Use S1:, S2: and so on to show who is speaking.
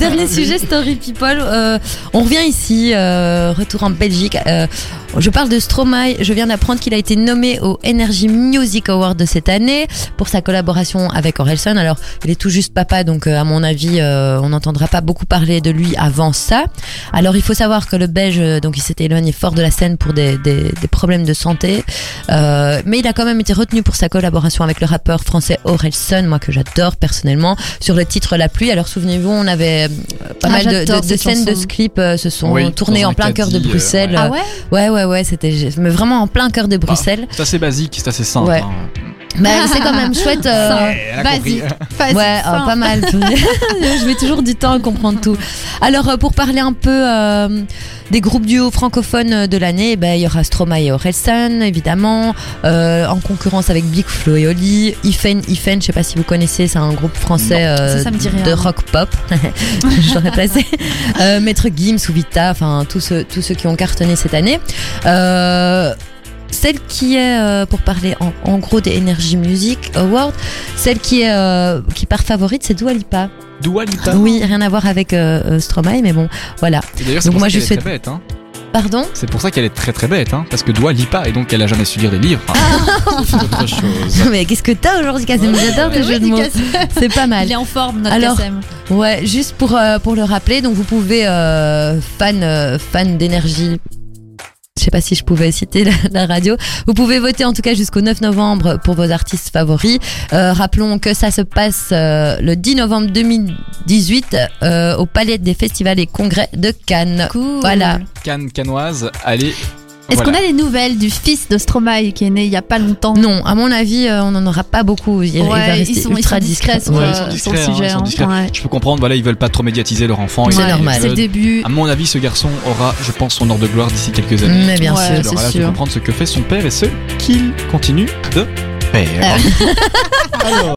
S1: dernier sujet, Story People. euh, on revient ici, euh, retour en Belgique. Euh, je parle de Stromae. Je viens d'apprendre qu'il a été nommé au Energy Music Award de cette année pour sa collaboration avec Orelson. Alors, il est tout juste papa, donc euh, à mon avis, euh, on n'entendra pas beaucoup parler de lui avant ça. Alors, il faut savoir que le Belge, euh, donc, il s'était éloigné fort de la scène pour des, des- des problèmes de santé. Euh, mais il a quand même été retenu pour sa collaboration avec le rappeur français Orelson, moi que j'adore personnellement, sur le titre La pluie. Alors souvenez-vous, on avait euh, pas
S2: Ah,
S1: mal de,
S2: j'adore
S1: de- de
S2: cette
S1: scènes
S2: chanson.
S1: de ce clip euh, se sont
S3: Oui,
S1: tournées
S3: dans
S1: en
S3: un
S1: plein cœur de
S3: caddie, euh,
S1: Bruxelles.
S2: Ah ouais
S1: ouais, ouais, ouais, c'était gé- mais vraiment en plein cœur de Bruxelles.
S3: C'est assez basique, c'est assez simple.
S1: Ouais.
S3: hein.
S1: Mais c'est quand même chouette. euh,
S2: Ça,
S3: Eh, elle a compris.
S2: Vas-y, vas-y.
S1: Ouais,
S2: fin.
S1: euh, pas mal. je mets toujours du temps à comprendre tout. Alors, euh, pour parler un peu euh, des groupes duo francophones euh, de l'année, eh ben, il y aura Stromae et Orelsan, évidemment, euh, en concurrence avec Big Flo et Oli. Ifen, Ifen, je sais pas si vous connaissez, c'est un groupe français euh,
S2: ça, ça me dit rien.
S1: de rock pop. je l'aurais placé. Euh, Maître Gims ou Vita, enfin, tous ceux, tous ceux qui ont cartonné cette année. Euh, celle qui est, euh, pour parler en, en gros des Energy Music Awards, celle qui est euh, qui part favorite, c'est Dua Lipa.
S3: Dua
S2: Ah
S3: Lipa.
S1: Ah Oui, rien à voir avec euh, euh, Stromae, mais bon, voilà.
S3: Et D'ailleurs, c'est
S1: Donc
S3: pour
S1: moi,
S3: ça
S1: je
S3: qu'elle
S1: souhaite-
S3: est très bête. Hein.
S1: Pardon
S3: C'est pour ça qu'elle est très très bête, hein, parce que Dua Lipa et donc elle a jamais su lire des livres. Ah, c'est autre chose.
S1: Mais qu'est-ce que t'as aujourd'hui, Casim J'adore tes
S2: Mais oui,
S1: jeux de mots.
S2: Nicolas.
S1: C'est pas mal.
S2: Il est en forme, notre
S1: Alors,
S2: KSM.
S1: Ouais, juste pour, euh, pour le rappeler, donc vous pouvez, euh, fan, euh, fan d'énergie, je sais pas si je pouvais citer la, la radio, vous pouvez voter en tout cas jusqu'au 9 novembre pour vos artistes favoris. Euh, rappelons que ça se passe euh, le 10 novembre 2018 euh, au Palais des Festivals et Congrès de Cannes.
S2: Cool.
S1: Voilà.
S3: Cannes, canoise, allez.
S2: Est-ce qu'on
S3: voilà.
S2: a des nouvelles du fils de Stromae qui est né il y a pas longtemps
S1: Non, à mon avis, euh, on n'en aura pas beaucoup. Il, il va
S2: Ouais,
S1: rester
S2: ils sont, ils
S1: ultra
S2: sont discrets
S1: discret.
S2: sur,
S3: Ouais,
S2: euh,
S3: ils sont
S2: sur
S3: discrets, hein,
S2: le sujet.
S3: ils sont
S2: hein.
S3: discrets.
S2: Ouais.
S3: Je peux comprendre, voilà, ils veulent pas trop médiatiser leur enfant.
S1: C'est
S3: ils-
S1: normal.
S2: C'est le
S3: euh,
S2: début.
S3: À mon avis, ce garçon aura, je pense, son heure de gloire d'ici quelques années.
S1: Mais bien
S2: Ouais,
S1: sûr.
S2: c'est
S3: Alors là, je
S2: sûr.
S1: Ah.
S3: comprendre ce que fait son père et ce qu'il continue de faire.